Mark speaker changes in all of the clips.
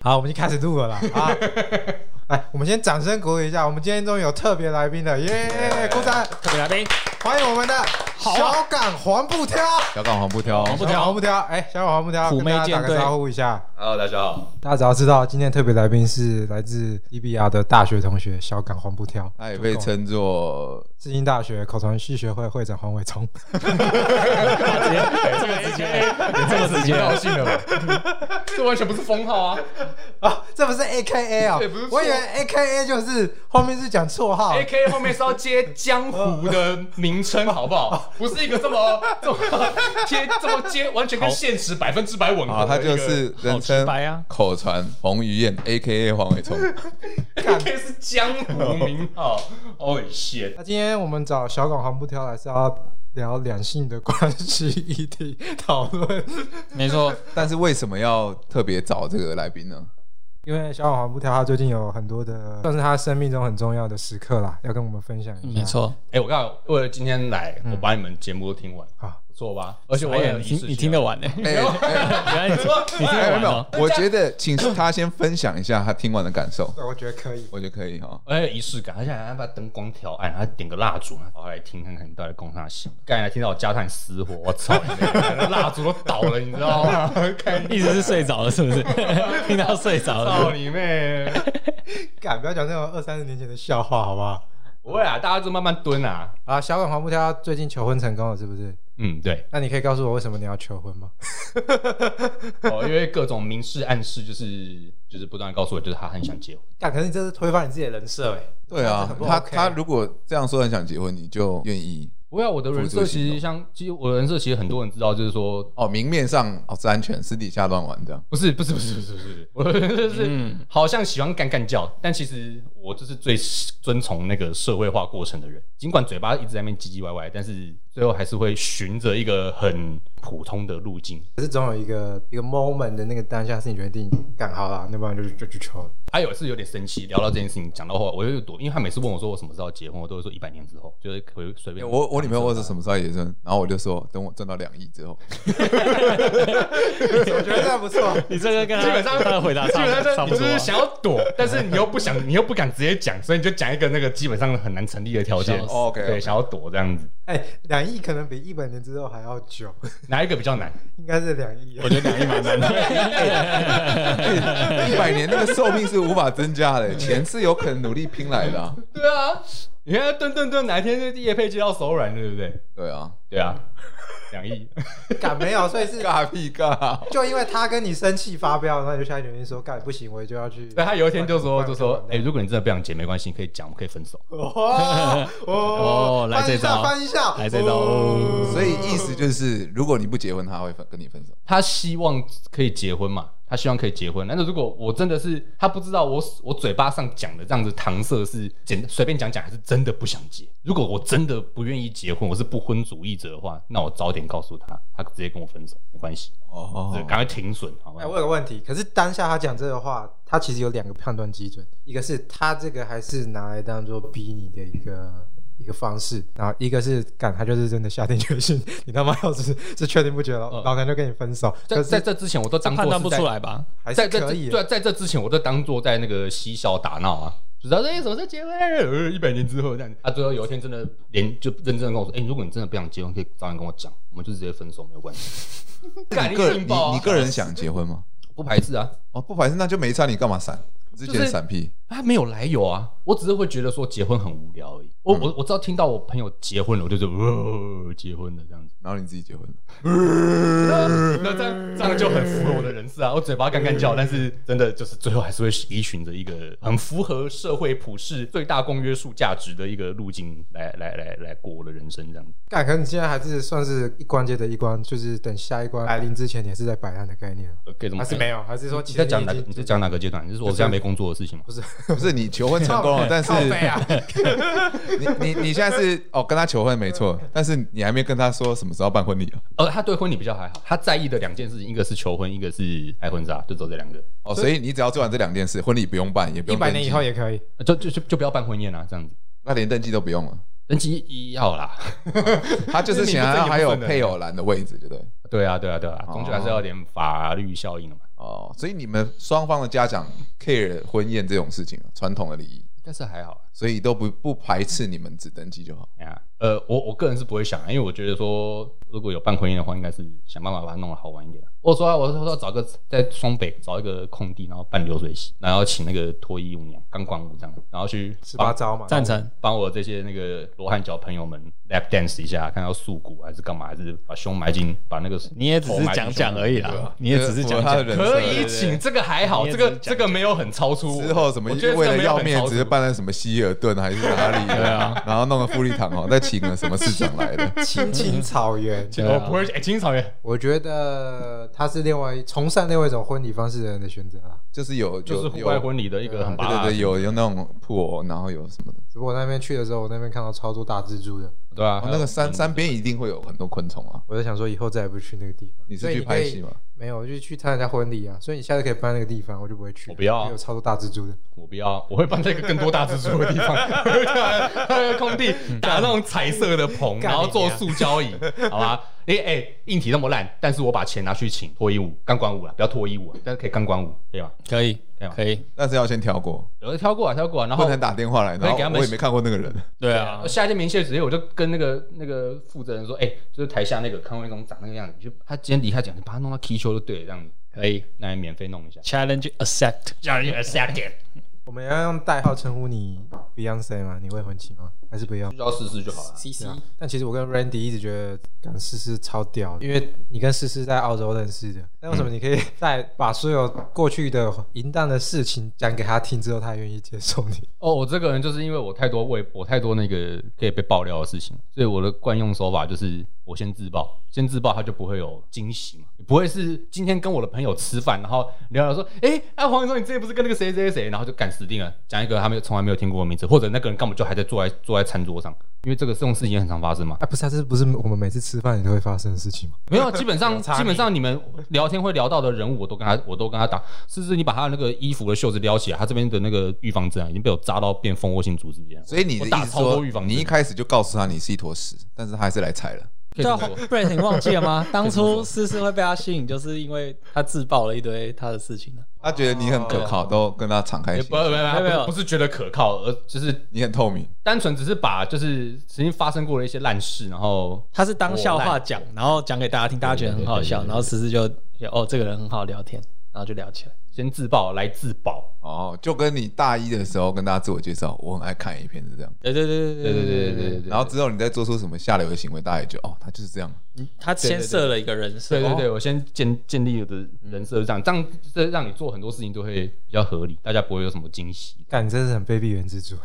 Speaker 1: 好，我们就开始录了啦 啊！来，我们先掌声鼓舞一下，我们今天终于有特别来宾了，耶！鼓掌，
Speaker 2: 特别来宾，
Speaker 1: 欢迎我们的
Speaker 2: 啊
Speaker 1: 小港黄布挑，
Speaker 3: 小港黄布挑，
Speaker 2: 布
Speaker 1: 小
Speaker 2: 挑
Speaker 1: 港黄布挑，哎，小港黄布挑，
Speaker 2: 虎
Speaker 1: 跟
Speaker 2: 妹
Speaker 1: 大家
Speaker 2: 舰
Speaker 1: 打个
Speaker 2: 队
Speaker 1: 招呼一下。
Speaker 3: Hello，大家好。
Speaker 1: 大家只要知道，今天特别来宾是来自利比亚的大学同学小港黄布挑，
Speaker 2: 啊
Speaker 3: 他也被称作
Speaker 1: 世新大学口传系学会会长黄伟聪。
Speaker 4: 哎
Speaker 2: 直接哎这么直接，也这么直接，
Speaker 3: 高兴了吧？
Speaker 4: 这完全不是封号啊
Speaker 1: 啊，这不是 A K A 哦
Speaker 4: 对不是，
Speaker 1: 我以为 A K A 就是后面是讲绰号。
Speaker 4: ！A K 后面是要接江湖的名称，好不好？不是一个这么这么贴这么接，完全跟现实百分之百吻
Speaker 3: 啊，
Speaker 4: 合
Speaker 3: 他
Speaker 4: 的一个。
Speaker 3: 就是人
Speaker 2: 好直
Speaker 3: 称
Speaker 2: 白啊
Speaker 3: 口传彭于晏 （A K A 黄伟聪
Speaker 4: A K 是江湖名号。Oh shit！
Speaker 1: 那今天我们找小港黄不挑来是要聊两性的关系议题 讨论，
Speaker 2: 没错，）。
Speaker 3: 但是为什么要特别找这个来宾呢？
Speaker 1: 因为小港黄不挑他最近有很多的，算是他生命中很重要的时刻啦，要跟我们分享一下。
Speaker 2: 没，错。
Speaker 4: 哎，我刚好为了今天来，我把你们节目都听完，
Speaker 1: 好
Speaker 4: 不错吧？而且我
Speaker 2: 啊哎
Speaker 4: 也
Speaker 2: 呀，
Speaker 4: 有
Speaker 2: 你
Speaker 4: 仪式性
Speaker 2: 听
Speaker 4: 啊
Speaker 2: 你听得完呢？
Speaker 3: 哎哎，
Speaker 2: 原来你你听
Speaker 3: 哎
Speaker 2: 得
Speaker 3: 没有
Speaker 2: 完
Speaker 3: 没
Speaker 2: 哦
Speaker 3: 有，，我觉得请他先分享一下他听完的感受，
Speaker 1: 对，我觉得可以。
Speaker 3: 我觉得可以哈。
Speaker 4: 而哎且有仪式感，他想要把灯光调暗，他点个蜡烛，然后来听看看你们到底供啥小。刚才听到我家探私货，我操，那 蜡烛都倒了，你知道吗？ 看
Speaker 2: 一直是睡着了，是不 是？听到睡着
Speaker 4: 操
Speaker 2: 了，
Speaker 4: 你妹！
Speaker 1: 敢不要讲那种二三十年前的笑话，好不好？
Speaker 4: 不会啊，大家就慢慢蹲啊。
Speaker 1: 啊，小港黄不挑最近求婚成功了，是不是？
Speaker 4: 嗯，对，
Speaker 1: 那你可以告诉我为什么你要求婚吗？
Speaker 4: 哦，因为各种明示暗示，就是就是不断地告诉我，就是他很想结婚。
Speaker 1: 干，可是你这是推翻你自己的人设哎、
Speaker 3: 对
Speaker 1: 这
Speaker 3: 啊
Speaker 1: 很，不
Speaker 3: 他
Speaker 1: OK
Speaker 3: 他如果这样说很想结婚，你就愿意
Speaker 4: 不会啊，我的人设其
Speaker 3: 付诸行动
Speaker 4: 实像，其实我的人设其实很多人知道，就是说，
Speaker 3: 哦，明面上哦是安全，私底下乱玩这样。
Speaker 4: 不是不是不是不是不是，我的人设 是
Speaker 2: 嗯
Speaker 4: 好像喜欢干干叫，但其实我就是最遵从那个社会化过程的人。尽管嘴巴一直在那边唧唧歪歪，但是最后还是会循着一个很普通的路径。
Speaker 1: 可是总有一个一个 moment 的那个当下是你决定干好了，那不然就就去求了。
Speaker 4: 他有一次有点生气，聊到这件事情，讲到后来我又躲，因为他每次问我说我什么时候要结婚，我都会说一百年之后，就是可以随便。
Speaker 3: 我我女朋友问我是什么时候结婚，然后我就说等我赚到两亿之后。
Speaker 1: 我觉得这不错。
Speaker 2: 你这个跟他
Speaker 4: 基本上
Speaker 2: 他的回答
Speaker 4: 基本上
Speaker 2: 差
Speaker 4: 是
Speaker 2: 不
Speaker 4: 你
Speaker 2: 多啊
Speaker 4: 就是想要躲，但是你又不想，你又不敢直接讲，所以你就讲一个那个基本上很难成立的条 件。
Speaker 2: 笑死
Speaker 3: OK，OK
Speaker 4: 对，想要躲这样子，
Speaker 1: 哎、两亿可能比一百年之后还要久，
Speaker 4: 哪一个比较难？
Speaker 1: 应该是两亿。
Speaker 2: 我觉得两亿蛮难的。
Speaker 3: 一百年那个寿命是无法增加的，钱是有可能努力拼来的、啊。
Speaker 4: 对啊，你看顿顿顿哪一天就叶配接到手软，对不对？
Speaker 3: 对啊，
Speaker 4: 对啊，两 亿。
Speaker 1: 敢没有，所以是
Speaker 3: 尬屁尬，
Speaker 1: 就因为他跟你生气发飙，然后你就下决定说干不行，我就要去。
Speaker 4: 但他有一天就说就说，
Speaker 1: 哎、
Speaker 4: 哎、如果你真的不想结，没关系，你可以讲，我们可以分手。
Speaker 1: 哦哦
Speaker 2: 哦来这招
Speaker 1: 翻一下，
Speaker 2: 来这招
Speaker 1: 哦
Speaker 3: 所以意思就是，如果你不结婚，他会分跟你分手。
Speaker 4: 他希望可以结婚嘛，他希望可以结婚。但是如果我真的是他不知道我我嘴巴上讲的这样子搪塞是简随便讲讲，还是真的不想结？如果我真的不愿意结婚，我是不婚主义者的话，那我早点告诉他，他直接跟我分手没关系，
Speaker 3: 哦
Speaker 4: 对赶快停损，好吗
Speaker 2: 哦
Speaker 1: 哎、？我有个问题，可是当下他讲这个话，他其实有两个判断基准，一个是他这个还是拿来当做逼你的一个 一个方式，然后一个是干他就是真的下定决心，你他妈要是 是确定不觉得，老老娘就跟你分手。
Speaker 4: 在
Speaker 1: 可
Speaker 4: 在
Speaker 1: 是
Speaker 4: 这之前，我都当
Speaker 2: 判
Speaker 4: 做
Speaker 2: 断
Speaker 4: 是
Speaker 2: 不
Speaker 4: 在
Speaker 2: 出来吧？
Speaker 1: 还
Speaker 4: 在
Speaker 1: 是
Speaker 4: 这
Speaker 1: 可以
Speaker 4: 之对啊，在这之前我都当做在那个嬉笑打闹啊，就知道哎、欸，什么时候结婚？呃一百年之后这样子。啊，最后有一天真的连就认真的跟我说，哎、如果你真的不想结婚，可以早点跟我讲，我们就直接分手，没有关系。 干
Speaker 3: 你个
Speaker 4: 硬
Speaker 3: 你
Speaker 4: 爆啊
Speaker 3: 你个人想结婚吗？
Speaker 4: 不排斥啊，
Speaker 3: 哦，不排斥，那就没差，你干嘛闪？之前闪屁，
Speaker 4: 他没有来由啊，我只是会觉得说结婚很无聊而已。我、
Speaker 3: 嗯
Speaker 4: 我我知道听到我朋友结婚了，我就是、呃、结婚了这样子，
Speaker 3: 然后你自己结婚了。
Speaker 4: 那这样这样就很符合我的人设啊。我嘴巴干干叫，但是真的就是最后还是会依循着一个很符合社会普世最大公约数价值的一个路径来来来来过我的人生这样子。
Speaker 1: 干，可是你现在还是算是一关接着一关，就是等下一关来临之前，你还是在摆烂的概念，啊
Speaker 4: 呃可以这么
Speaker 1: 还是
Speaker 4: 说
Speaker 1: 嗯没有，还是说
Speaker 4: 你
Speaker 1: 其实
Speaker 4: 在
Speaker 1: 你
Speaker 4: 讲
Speaker 1: 已
Speaker 4: 哪个？
Speaker 1: 经
Speaker 4: 你在讲哪个阶段？就是我现在没工作的事情吗？
Speaker 1: 不是
Speaker 3: 不是你求婚成功了，但是
Speaker 1: 啊
Speaker 3: 你你你现在是哦跟他求婚没错，但是你还没跟他说什么时候办婚礼啊？
Speaker 4: 呃，他对婚礼比较还好，他在意的两件事情，一个是求婚，一个是拍婚纱，就走这两个。
Speaker 3: 哦，所以你只要做完这两件事，婚礼不用办，也不
Speaker 1: 一
Speaker 3: 用
Speaker 1: 百
Speaker 3: 登
Speaker 1: 年
Speaker 3: 记
Speaker 1: 以后，也可以。
Speaker 4: 呃就就就就不要办婚宴啊，这样子。
Speaker 3: 那连登记都不用了。
Speaker 4: 登记要啦，
Speaker 3: 他就是想要还有配偶栏的位置，对不对？
Speaker 1: 哦
Speaker 4: 对啊，对啊，对啊，终究还是要有点法律效应的嘛。
Speaker 3: 哦，所以你们双方的家长 care 婚宴这种事情，啊传统的礼仪，
Speaker 4: 但是还好啊。
Speaker 3: 所以都不不排斥你们只登记就好。
Speaker 4: 哎呀，呃，我我个人是不会想啊，因为我觉得说，如果有办婚宴的话，应该是想办法把它弄得好玩一点啊。我说啊，我是说找个在双北找一个空地，然后办流水席，然后请那个脱衣舞娘、钢管舞这样，然后去
Speaker 1: 十
Speaker 4: 帮
Speaker 1: 八招嘛，
Speaker 2: 赞成，
Speaker 4: 帮我这些那个罗汉脚朋友们 lap dance 一下，看要束骨还是干嘛，还是把胸埋进，把那个
Speaker 2: 你也只是讲讲而已
Speaker 4: 头埋进胸部
Speaker 2: 啦，你也只
Speaker 3: 符
Speaker 2: 是
Speaker 3: 合
Speaker 2: 讲
Speaker 3: 他的
Speaker 2: 讲。
Speaker 3: 人设
Speaker 4: 可
Speaker 3: 对对
Speaker 4: 以
Speaker 3: 对
Speaker 4: 请，这个还好，
Speaker 2: 你也
Speaker 4: 这
Speaker 2: 只是
Speaker 4: 个
Speaker 2: 讲
Speaker 4: 这个没有很超出我
Speaker 3: 之后什么
Speaker 4: 我觉得这
Speaker 3: 为
Speaker 4: 个
Speaker 3: 了
Speaker 4: 没有
Speaker 3: 要
Speaker 4: 很
Speaker 3: 面
Speaker 4: 超，
Speaker 3: 直
Speaker 4: 出
Speaker 3: 接办了什么希尔顿还是哪里？对啊，然后弄个富丽堂皇，再请了什么市长来的？
Speaker 1: 青青草 原，
Speaker 2: 对
Speaker 4: 我
Speaker 2: 啊
Speaker 4: 不会哎，金草原
Speaker 1: 我觉得他是另外一崇尚另外一种婚礼方式的人的选择啊啦。
Speaker 3: 就是有有
Speaker 4: 就是户
Speaker 3: 有
Speaker 4: 外婚礼的一个很
Speaker 3: 对
Speaker 4: 拔
Speaker 3: 对
Speaker 4: 辣的
Speaker 3: 对，有有那种破，然后有什么的，
Speaker 1: 只不过我那边去的时候，我那边看到超多大蜘蛛的，
Speaker 4: 对啊
Speaker 3: 哦，那个山山边一定会有很多昆虫啊。
Speaker 1: 我在想说以后再也不去那个地方。
Speaker 3: 你是
Speaker 1: 所以
Speaker 3: 去
Speaker 1: 可
Speaker 3: 拍
Speaker 1: 以
Speaker 3: 戏吗？
Speaker 1: 没有，我就去参加婚礼啊。所以你下次可以搬那个地方，我就不会去。
Speaker 4: 我不要啊
Speaker 1: 因为有超多大蜘蛛的。
Speaker 4: 我不要，我会搬在一个更多大蜘蛛的地方，那个 空地
Speaker 2: 嗯
Speaker 4: 打那种彩色的棚，然后做塑胶椅，好吧？哎、哎、硬体那么烂，但是我把钱拿去请脱衣舞、钢管舞啊，不要脱衣舞啊，但是可以钢管舞，可以吧？
Speaker 2: 可以
Speaker 4: 对啊，
Speaker 2: 可以，
Speaker 3: 但是要先挑过，
Speaker 4: 有的挑过啊，挑过啊，然
Speaker 3: 不
Speaker 4: 后
Speaker 3: 能打电话来，
Speaker 4: 可以
Speaker 3: 然后
Speaker 4: 给他们
Speaker 3: 我也没看过那个人。
Speaker 2: 对啊，
Speaker 4: 下一届明谢职业，我就跟那个那个负责人说，哎、就是台下那个康卫东长那个样子，你就他今天离开讲，你把他弄到踢球就对了，这样子，
Speaker 2: 可以
Speaker 4: 那也免费弄一 下，
Speaker 2: challenge accept。
Speaker 4: 叫人 accepted，
Speaker 1: 我们要用代号称呼你 Beyonce 吗？你未婚妻吗？还是不要啊
Speaker 4: 就？叫试试就好了。
Speaker 2: C C，
Speaker 1: 但其实我跟 Randy 一直觉得，干思思超屌的，因为你跟思思在澳洲认识的，那为什么你可以在把所有过去的淫荡的事情讲给他听之后，他愿意接受你？
Speaker 4: 哦，我这个人就是因为我太多为我太多那个可以被爆料的事情，所以我的惯用手法就是我先自爆，先自爆，他就不会有惊喜嘛，不会是今天跟我的朋友吃饭，然后聊聊说，哎、啊黄宇说你之前不是跟那个谁谁谁，然后就干死定了，讲一个他们从来没有听过的名字，或者那个人根本就还在坐在坐在餐桌上，因为这个这种事情也很常发生嘛。
Speaker 1: 啊，不是、啊，这不是我们每次吃饭也都会发生的事情吗？
Speaker 4: 没有，基本上
Speaker 1: 差别
Speaker 4: 基本上你们聊天会聊到的人物，我都跟他我都跟他打，甚至你把他那个衣服的袖子撩起来，他这边的那个预防针啊已经被我扎到变蜂窝性组织炎了。
Speaker 3: 所以你的
Speaker 4: 我
Speaker 3: 意
Speaker 4: 打
Speaker 3: 思
Speaker 4: 超多
Speaker 3: 说
Speaker 4: 预，防针
Speaker 3: 你一开始就告诉他你是一坨屎，但是他还是来踩了。
Speaker 4: 可以
Speaker 2: 对啊
Speaker 4: 这么说，
Speaker 2: 不然你忘记了 吗？当初思思会被他吸引，就是因为他自爆了一堆他的事情啊。
Speaker 3: 他觉得你很可靠，都跟他敞开
Speaker 4: 哦也
Speaker 3: 心
Speaker 4: 不，不
Speaker 2: 没有
Speaker 4: 不不不是觉得可靠，而就是
Speaker 3: 你很透明。
Speaker 4: 单纯只是把就是曾经发生过的一些烂事，然后
Speaker 2: 他是当笑话讲，然后讲给大家听，大家觉得很好笑，然后思思就觉得哦，这个人很好聊天，然后就聊起来。
Speaker 4: 先自爆来自爆。
Speaker 3: 哦，就跟你大一的时候跟大家自我介绍，我很爱看 A 片是这样。
Speaker 2: 对对对对对对对
Speaker 4: 对
Speaker 3: 然后之后你再做出什么下流的行为，大家也就哦，他就是这样。
Speaker 2: 对，他先设了一个人设
Speaker 4: 对，对对，我先建建立我的人设，这样这样这让你做很多事情都会比较合理，大家不会有什么惊喜。
Speaker 1: 干，你真是很卑鄙原之主。啊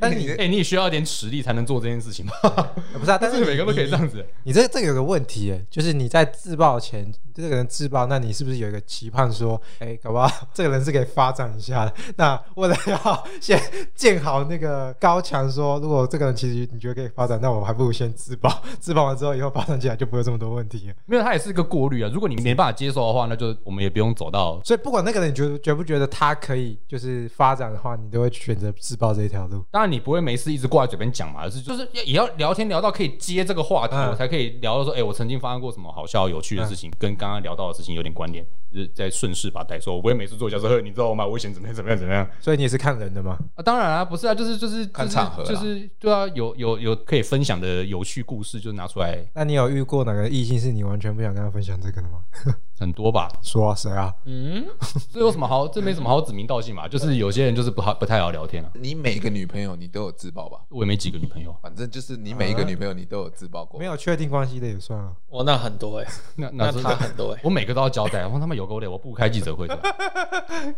Speaker 1: 但是你、
Speaker 4: 哎，你也需要一点实力才能做这件事 情嘛，
Speaker 1: 不是啊，但
Speaker 4: 但
Speaker 1: 是
Speaker 4: 是每个人都可以
Speaker 1: 你
Speaker 4: 这样子。
Speaker 1: 你这这个有个问题哎，就是你在自爆前，这个人自爆，那你是不是有一个期盼说，哎，搞不好这个人是可以发展一下的？那为了要先建好那个高墙说，如果这个人其实你觉得可以发展，那我还不如先自爆，自爆完之后以后发展起来就不会有这么多问题了。
Speaker 4: 没有，它也是一个过滤啊。如果你没办法接受的话，那就我们也不用走到
Speaker 1: 所以不管那个人你觉得觉不觉得他可以就是发展的话，你都会选择自爆这一条路。
Speaker 4: 当然，你不会没事一直挂在嘴边讲嘛，而是就是要也要聊天聊到可以接这个话题，
Speaker 1: 嗯
Speaker 4: 我才可以聊到说，哎、我曾经发生过什么好笑、有趣的事情，跟刚刚聊到的事情有点关联，就是在顺势把它带说，我不会每次做假设，呵你知道吗？我以前怎么样怎么样怎么样
Speaker 1: 所以你也是看人的嘛？
Speaker 4: 啊？当然啊，不是啊，就是就是
Speaker 3: 看场合啦
Speaker 4: 就是就是对啊，有有有可以分享的有趣故事，就拿出来
Speaker 1: 那你有遇过哪个异性是你完全不想跟他分享这个的吗？
Speaker 4: 很多吧。
Speaker 1: 说啊，谁啊？
Speaker 2: 嗯，
Speaker 4: 这有什么好？这没什么好指名道姓嘛，就是有些人就是不好不太好聊天啊。
Speaker 3: 你每个女朋友你都有自爆吧？
Speaker 4: 我也没几个女朋友，
Speaker 3: 反正就是你每一个女朋友你都有自爆过。
Speaker 1: 没有确定关系的也算啊。
Speaker 2: 哇，那很多哎，
Speaker 4: 那那
Speaker 2: 那
Speaker 4: 是
Speaker 2: 他很多哎，
Speaker 4: 我每个都要交代，然后他们有够累，我不开记者会的，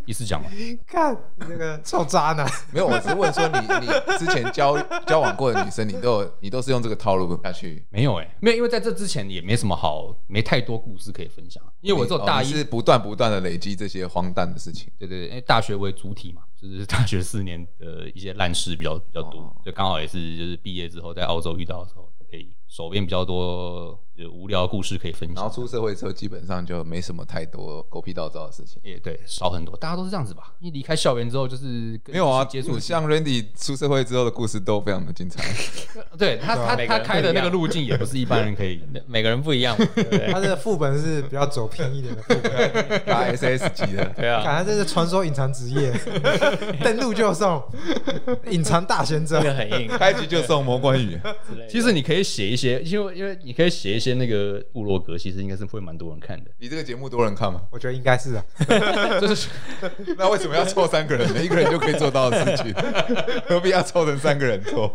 Speaker 4: 一次讲嘛。
Speaker 1: 看你那个 臭渣男。
Speaker 3: 没有，我只是问说你 你之前交交往过的女生，你都有你都是用这个套路下去。
Speaker 4: 没有哎、没有，因为在这之前也没什么好，没太多故事可以分享，因为我只有
Speaker 3: 哦
Speaker 4: 大
Speaker 3: 你
Speaker 4: 一，
Speaker 3: 是不断不断的累积这些荒诞的事情。
Speaker 4: 对对对，因为大学为主体嘛，就是大学四年的一些烂事比较比较多
Speaker 3: 哦，
Speaker 4: 就刚好也是就是毕业之后在澳洲遇到的时候才可以手边比较多呃无聊的故事可以分
Speaker 3: 然后
Speaker 4: 享。
Speaker 3: 出社会之后，基本上就没什么太多狗屁倒灶的事情。
Speaker 4: 也对，少很多，大家都是这样子吧？因为离开校园之后，就是跟
Speaker 3: 没有啊，
Speaker 4: 人接触的
Speaker 3: 像 Randy 出社会之后的故事都非常的精 彩。
Speaker 4: 对他他
Speaker 2: 每个
Speaker 4: 他开
Speaker 2: 人不
Speaker 4: 的
Speaker 2: 一
Speaker 4: 那个
Speaker 2: 样
Speaker 4: 路径也不是一般人可以。
Speaker 2: 每个人不一样嘛，对不对？
Speaker 1: 他的副本是比较走偏一点的副本，
Speaker 3: 打 SS 级的，
Speaker 2: 对啊，
Speaker 1: 感觉这是传说隐藏职 业，登录就送，隐藏大贤者
Speaker 2: 这。个很硬
Speaker 3: 开局就送魔关羽，
Speaker 2: 之类的。
Speaker 4: 其实你可以写一些，因为因为你可以写一些那个部落格，其实应该是会蛮多人看的。
Speaker 3: 你这个节目多人看吗？
Speaker 1: 我觉得应该是啊，
Speaker 4: 就是
Speaker 3: 那为什么要凑三个人呢？一个人就可以做到的事情， 何必要凑成三个人做？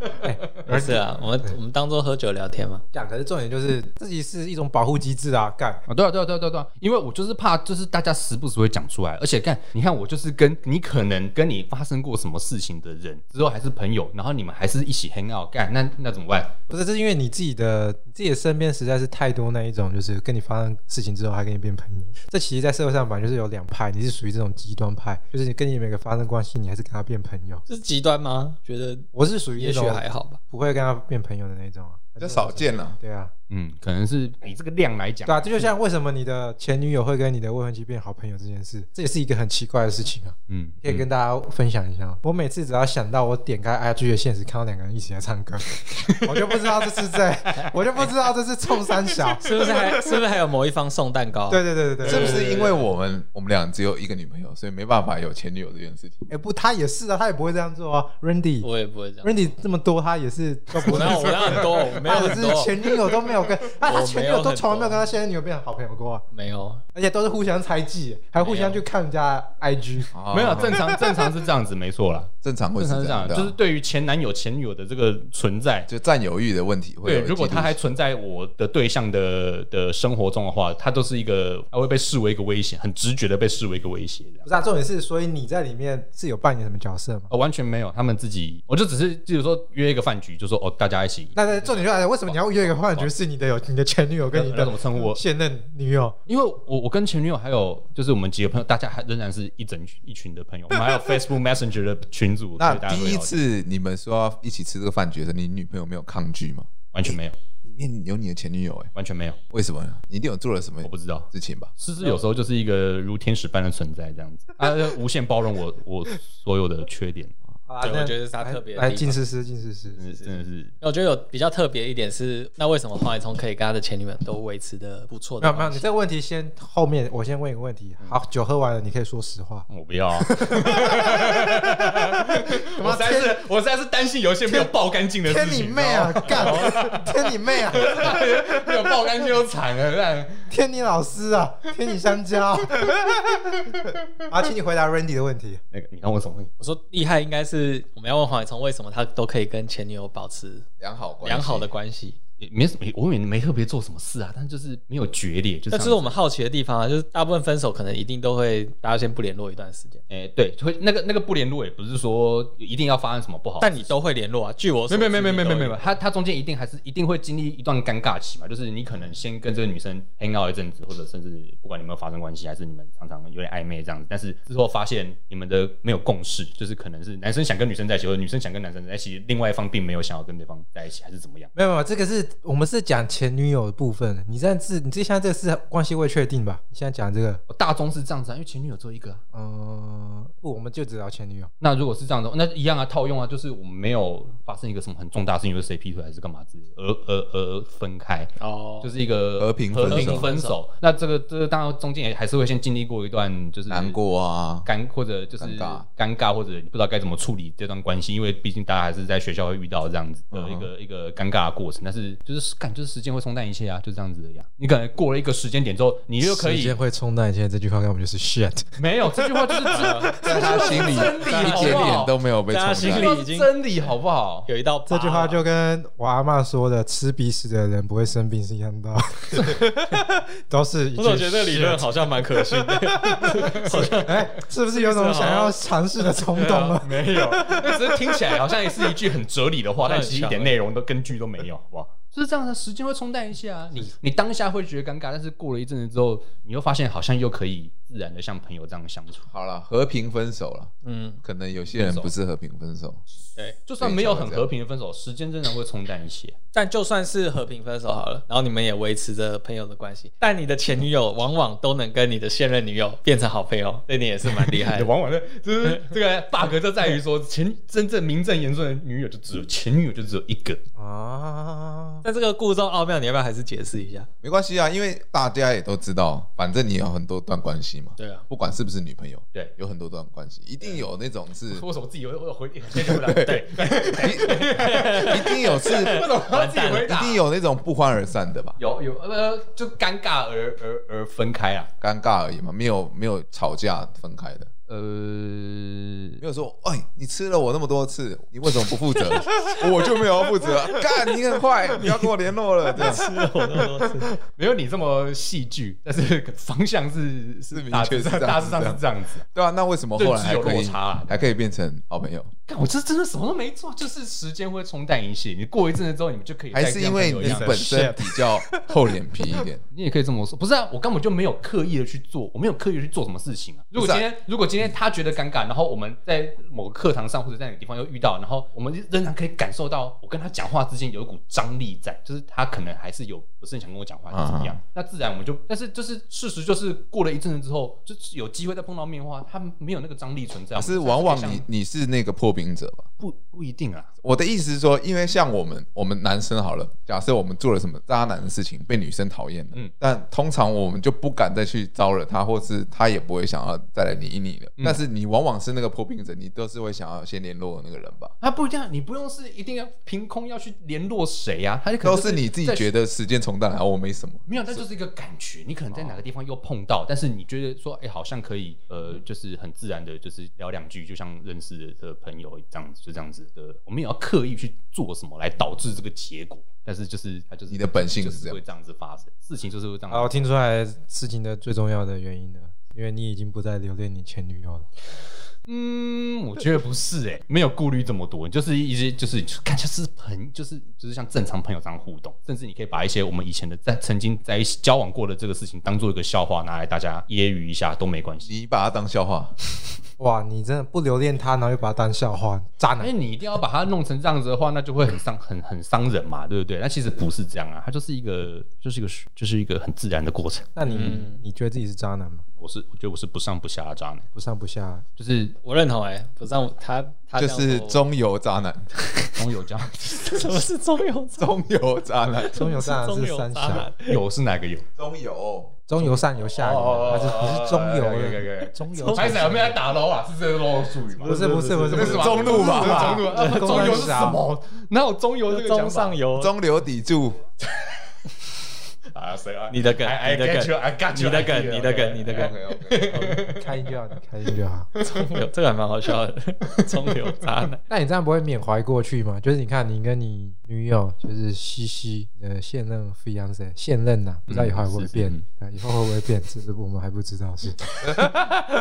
Speaker 2: 不是啊，我们 我们当做喝酒聊天嘛。
Speaker 1: 干，可是重点就是自己是一种保护机制啊，干，
Speaker 4: 啊，对啊，对啊，对啊，对啊对啊，因为我就是怕，就是大家时不时会讲出来，而且看，你看我就是跟你可能跟你发生过什么事情的人之后还是朋友，然后你们还是一起 hang out 干，那那怎么办？
Speaker 1: 不是，这是因为你自己的你自己的身边实在是太多那一种，就是跟你发生事情之后还跟你变朋友。这其实，在社会上本来就是有两派，你是属于这种极端派，就是你跟你每个发生关系，你还是跟他变朋友。
Speaker 2: 这是极端吗？觉得
Speaker 1: 我是属于
Speaker 2: 也
Speaker 1: 那
Speaker 2: 许
Speaker 1: 种
Speaker 2: 还好吧。
Speaker 1: 不会跟他变朋友的那种啊，
Speaker 3: 比较少见了。
Speaker 1: 对啊，
Speaker 4: 嗯，可能是以这个量来讲，
Speaker 1: 对啊，这就像为什么你的前女友会跟你的未婚妻变好朋友这件事，这也是一个很奇怪的事情啊。
Speaker 4: 嗯，
Speaker 1: 可以跟大家分享一下
Speaker 3: 嗯
Speaker 1: 哦。我每次只要想到我点开 IG 的现实，看到两个人一起在唱 歌，我就不知道这是在，我就不知道这是冲三小。
Speaker 2: 是不是还是不是还有某一方送蛋糕？
Speaker 1: 对，对对对
Speaker 3: 哦是
Speaker 1: 对，
Speaker 3: 不是因为我们我们俩只有一个女朋友，所以没办法有前女友这件事情？
Speaker 1: 哎不，他也是啊，他也不会这样做啊。Randy，Randy
Speaker 2: 我也不会这样。
Speaker 1: 这么多，他也是都不
Speaker 2: 我
Speaker 1: 会这
Speaker 2: 那
Speaker 1: 样
Speaker 2: 我
Speaker 1: 做。
Speaker 2: 那很多，我没有
Speaker 1: 他也
Speaker 2: 很
Speaker 1: 是
Speaker 2: 多，
Speaker 1: 前女友都没有跟，他他
Speaker 2: 我
Speaker 1: 前女
Speaker 2: 没有
Speaker 1: 友都
Speaker 2: 很
Speaker 1: 从来没有
Speaker 2: 多
Speaker 1: 跟他现任女友变成好朋友过啊，
Speaker 2: 没有。
Speaker 1: 而且都是互相猜忌，还互相去看人家 IG。
Speaker 3: 哦
Speaker 4: 没有正常正常是这样子，没错啦，
Speaker 3: 正常会
Speaker 4: 正
Speaker 3: 是
Speaker 4: 常
Speaker 3: 这样，
Speaker 4: 是这样，
Speaker 3: 对啊
Speaker 4: 就是对于前男友前女友的这个存在。
Speaker 3: 就占有欲的问题会有嫉
Speaker 4: 对，
Speaker 3: 妒心。
Speaker 4: 如果他还存在我的对象的的生活中的话，他都是一个，他会被视为一个威胁，很直觉的被视为一个威胁这样
Speaker 1: 不。是啊，重点是，所以你在里面是有扮演什么角色吗？
Speaker 4: 呃，完全没有，他们自己，我就只是，比如说约一个饭局，就说哦，大家一起，
Speaker 1: 那那重点就来了，为什么你要约一个幻觉是你的有你的前女友跟你
Speaker 4: 要
Speaker 1: 的
Speaker 4: 怎么称呼我
Speaker 1: 现任女友？
Speaker 4: 因为我我跟前女友还有就是我们几个朋友，大家还仍然是一整群一群的朋友，我们还有 Facebook Messenger 的群组，
Speaker 3: 那
Speaker 4: 所以大家会
Speaker 3: 第一
Speaker 4: 聊天
Speaker 3: 次你们说要一起吃这个饭局的时候，你女朋友没有抗拒吗？
Speaker 4: 完全没有，
Speaker 3: 里面有你的前女友哎、
Speaker 4: 完全没有，
Speaker 3: 为什么呢？你一定有做了什么
Speaker 4: 我不知道。
Speaker 3: 事情吧？
Speaker 4: 思思有时候就是一个如天使般的存在，这样子，啊，无限包容我我所有的缺点，
Speaker 1: 啊
Speaker 2: 对
Speaker 1: 那
Speaker 2: 我觉得是他特别的
Speaker 1: 来
Speaker 2: 地方嗯
Speaker 1: 近思思，近思思，
Speaker 4: 真的真的 是
Speaker 2: 我觉得有比较特别一点是，那为什么黄伟聪可以跟他的前女友都维持的不错
Speaker 1: 没
Speaker 2: 的
Speaker 1: 有没有，
Speaker 2: 关
Speaker 1: 你
Speaker 2: 系？
Speaker 1: 这个问题先后面，我先问一个问题。
Speaker 2: 嗯
Speaker 1: 好，酒喝完了，你可以说实 话。
Speaker 4: 我不要 啊、我
Speaker 1: 妈
Speaker 4: 实在是 我实在是担心有一些没有爆干净的事
Speaker 1: 天
Speaker 4: 情，
Speaker 1: 你妹啊！干！ 天你妹啊！
Speaker 4: 没有爆干净就惨了，但
Speaker 1: 天你老师啊！天你香 蕉！啊，请你回答 Randy 的问题。
Speaker 4: 那个你看我什么问题？
Speaker 2: 我说厉害应该是我们要问黄伟聪为什么他都可以跟前女友保持
Speaker 3: 良好关系
Speaker 2: 良好的关系。
Speaker 4: 也没什么，我也没特别做什么事啊，但就是没有决裂，就这
Speaker 2: 那这
Speaker 4: 样
Speaker 2: 是
Speaker 4: 子
Speaker 2: 我们好奇的地方啊，就是大部分分手可能一定都会大家先不联络一段时间，
Speaker 4: 哎、对，就会那个那个不联络，也不是说一定要发生什么不好，
Speaker 2: 但你都会联络啊。据我
Speaker 4: 没
Speaker 2: 所知
Speaker 4: 有没有没有没有没有没有，
Speaker 2: 你都会
Speaker 4: 他他中间一定还是一定会经历一段尴尬期嘛，就是你可能先跟这个女生 hang out 一阵子，或者甚至不管你们有没有发生关系，还是你们常常有点暧昧这样子，但是之后发现你们的没有共识，就是可能是男生想跟女生在一起，或者女生想跟男生在一起，另外一方并没有想要跟对方在一起，还是怎么样？
Speaker 1: 没有没有，这个是我们是讲前女友的部分。你现在是，你这现在这个是关系未确定吧？你现在讲这个，
Speaker 4: 大宗是这样子啊，因为前女友只有一个、啊。
Speaker 1: 嗯，不，我们就只聊前女友。
Speaker 4: 那如果是这样的，那一样啊，套用啊，就是我们没有发生一个什么很重大的事情，就是谁劈腿还是干嘛之类的，而而而分开，
Speaker 2: 哦，
Speaker 4: 就是一个
Speaker 3: 和平
Speaker 4: 和
Speaker 3: 分手
Speaker 4: 平分手。那这个这个当然中间也还是会先经历过一段就是
Speaker 3: 难、过啊，
Speaker 4: 尴或者就是
Speaker 3: 尴尬
Speaker 4: 尴尬或者不知道该怎么处理这段关系，因为毕竟大家还是在学校会遇到这样子
Speaker 3: 嗯
Speaker 4: 的一个、一个尴尬的过程。但是就是感就是时间会冲淡一切啊，就这样子的呀。你可能过了一个时间点之后，你就可
Speaker 1: 时
Speaker 4: 以
Speaker 1: 间会冲淡一切，这句话根本就是 shit。
Speaker 4: 没有这句话就是指
Speaker 3: 在他心里一点点都没有被
Speaker 2: 在他
Speaker 3: 冲
Speaker 2: 心
Speaker 3: 淡
Speaker 2: 里。已经
Speaker 4: 真理好不好？
Speaker 2: 有一道疤
Speaker 1: 这句话就跟我阿嬷说的“吃鼻屎的人不会生病”是一样的道理，都是一句。
Speaker 2: 我总觉得这个理论好像蛮可信的，好像
Speaker 1: 哎，是不是有种想要尝试的冲动 啊？
Speaker 4: 没有，那只是听起来好像也是一句很哲理的话，但其实一点内容都根据都没有，好不好？就是这样的，时间会冲淡一下啊。你你当下会觉得尴尬，但是过了一阵子之后，你又发现好像又可以自然的像朋友这样相处。
Speaker 3: 好了，和平分手了，
Speaker 2: 嗯，
Speaker 3: 可能有些人不是和平分手，
Speaker 2: 对。
Speaker 4: 就算没有很和平的分手，时间真的会冲淡一些。
Speaker 2: 但就算是和平分手好了，然后你们也维持着朋友的关系，但你的前女友往往都能跟你的现任女友变成好朋友，这点也是蛮厉害的。
Speaker 4: 往往的，就是这个 bug 就在于说，前真正名正言顺的女友就只有前女友就只有一个。
Speaker 1: 啊，
Speaker 2: 但这个故中奥妙，你要不要还是解释一下？
Speaker 3: 没关系啊，因为大家也都知道，反正你有很多段关系嘛，
Speaker 2: 对啊，
Speaker 3: 不管是不是女朋友，
Speaker 4: 对
Speaker 3: 有很多段关系，一定有那种是，
Speaker 4: 为什么自己会会回接不了？对，
Speaker 3: 一定有是，
Speaker 4: 为什么要自己回
Speaker 3: 一
Speaker 4: 答
Speaker 3: 定？有那种不欢而散的吧，
Speaker 4: 有有呃，就尴尬而而而分开啊。
Speaker 3: 尴尬而已嘛，没有没有吵架分开的，
Speaker 4: 呃，
Speaker 3: 没有说，哎，你吃了我那么多次，你为什么不负责？ 我就没有要负责，干，你很坏，不要跟我联络 了，这样
Speaker 2: 吃了我那么多次，
Speaker 4: 没有你这么戏剧，但是方向是
Speaker 3: 是明
Speaker 4: 大
Speaker 3: 确
Speaker 4: 致
Speaker 3: 是
Speaker 4: 上
Speaker 3: 这样
Speaker 4: 大
Speaker 3: 子
Speaker 4: 致上
Speaker 3: 这
Speaker 4: 是
Speaker 3: 样
Speaker 4: 这样子。
Speaker 3: 对啊，那为什么后来还可
Speaker 4: 认知有落
Speaker 3: 以
Speaker 4: 差啊
Speaker 3: 还可以变成好朋友？
Speaker 4: 但我这真的什么都没做，就是时间会冲淡一切。你过一阵子之后，你们就可以再
Speaker 3: 还是因为
Speaker 4: 跟朋友
Speaker 3: 你
Speaker 4: 一样
Speaker 3: 本身比较厚脸皮一 点？
Speaker 4: 你也可以这么说，不是啊？我根本就没有刻意的去做，我没有刻意的去做什么事情啊。如
Speaker 3: 不
Speaker 4: 果
Speaker 3: 是啊
Speaker 4: 今天，如果今天他觉得尴尬，然后我们在某个课堂上或者在哪个地方又遇到，然后我们仍然可以感受到我跟他讲话之间有一股张力在，就是他可能还是有不是很想跟我讲话，还是怎么
Speaker 3: 嗯
Speaker 4: 样？那自然我们就，但是就是事实就是过了一阵子之后，就是有机会再碰到面的话，他没有那个张力存在。
Speaker 3: 可是
Speaker 4: 我们
Speaker 3: 往往
Speaker 4: 可以
Speaker 3: 你
Speaker 4: 像
Speaker 3: 你是那个破冰者吧？
Speaker 4: 不不一定啊，
Speaker 3: 我的意思是说，因为像我们我们男生好了，假设我们做了什么渣男的事情被女生讨厌了，
Speaker 4: 嗯
Speaker 3: 但通常我们就不敢再去招惹她，或是她也不会想要再来理你了。
Speaker 4: 嗯
Speaker 3: 但是你往往是那个破冰者，你都是会想要先联络的那个人吧？
Speaker 4: 他不一定啊，你不用是一定要凭空要去联络谁呀、啊，他就可能
Speaker 3: 都是你自己
Speaker 4: 在
Speaker 3: 觉得时间冲淡了，然后我没什么。
Speaker 4: 没有，那就是一个感觉。你可能在哪个地方又碰到，但是你觉得说，哎、好像可以，呃，就是很自然的，就是聊两句，就像认识的朋友这样子，就这样子的。我们也要刻意去做什么来导致这个结果，但是就是它就是
Speaker 3: 你的本性
Speaker 4: 就是
Speaker 3: 这样
Speaker 4: 会这样子发生，事情就是会这样
Speaker 1: 好，我听出来事情的最重要的原因了，因为你已经不再留恋你前女友了。
Speaker 4: 嗯，我觉得不是哎、没有顾虑这么多，就是一些就是看就是朋，就是就是像正常朋友这样互动，甚至你可以把一些我们以前的在曾经在一起交往过的这个事情当做一个笑话拿来大家揶揄一下都没关系。
Speaker 3: 你把它当笑话，
Speaker 1: 哇，你真的不留恋他，然后又把他当笑话，渣
Speaker 4: 因
Speaker 1: 男
Speaker 4: 为！哎你一定要把它弄成这样子的话，那就会很伤、很很伤人嘛，对不对？那其实不是这样啊，它就是一个、就是一个、就是一个很自然的过程。
Speaker 1: 那你、
Speaker 4: 嗯
Speaker 1: 你觉得自己是渣男吗？
Speaker 4: 我是我觉得我是不上不下的渣男，
Speaker 1: 不上不下，
Speaker 4: 就是
Speaker 2: 我认同哎、不让他他
Speaker 3: 就
Speaker 2: 这样说
Speaker 3: 是中游渣男，
Speaker 4: 中有渣，
Speaker 2: 什么是中游渣？
Speaker 3: 中游渣男，
Speaker 1: 中游渣男
Speaker 2: 中
Speaker 1: 是
Speaker 2: 游
Speaker 1: 三
Speaker 2: 渣
Speaker 1: 峡
Speaker 2: 男，，
Speaker 4: 有是哪个有？
Speaker 3: 中游
Speaker 1: 中游上游
Speaker 4: 哦
Speaker 1: 下游，还是不是中游
Speaker 4: 可以可以可以
Speaker 1: 了？中游
Speaker 4: 拍有没有在打捞啊？是这个捞术语吗？
Speaker 1: 不是不是不是不
Speaker 3: 那是
Speaker 1: 是
Speaker 3: 吧中路吧
Speaker 4: 中路啊，中游是什么？哪有中游这个
Speaker 2: 中
Speaker 4: 讲
Speaker 2: 上
Speaker 4: 法
Speaker 2: 游，
Speaker 3: 中流砥柱，
Speaker 4: 啊？谁啊？
Speaker 2: 你的梗
Speaker 4: I- I
Speaker 2: 你的
Speaker 4: get
Speaker 2: 梗
Speaker 4: you, I got
Speaker 2: 你
Speaker 4: you,
Speaker 2: 的
Speaker 4: I get
Speaker 2: 梗，
Speaker 4: you,
Speaker 2: 你的
Speaker 4: okay,
Speaker 2: 梗，你的梗，
Speaker 1: 开心就好，开心就好。
Speaker 2: 中游这个还蛮好笑的， 中游渣男。
Speaker 1: 那你这样不会缅怀过去吗？就是你看，你跟你女友就是西西你的现任 fiance 现任呐、不知道以后会不会变
Speaker 4: 嗯是是，
Speaker 1: 啊以后会不会变，这是我们还不知道是。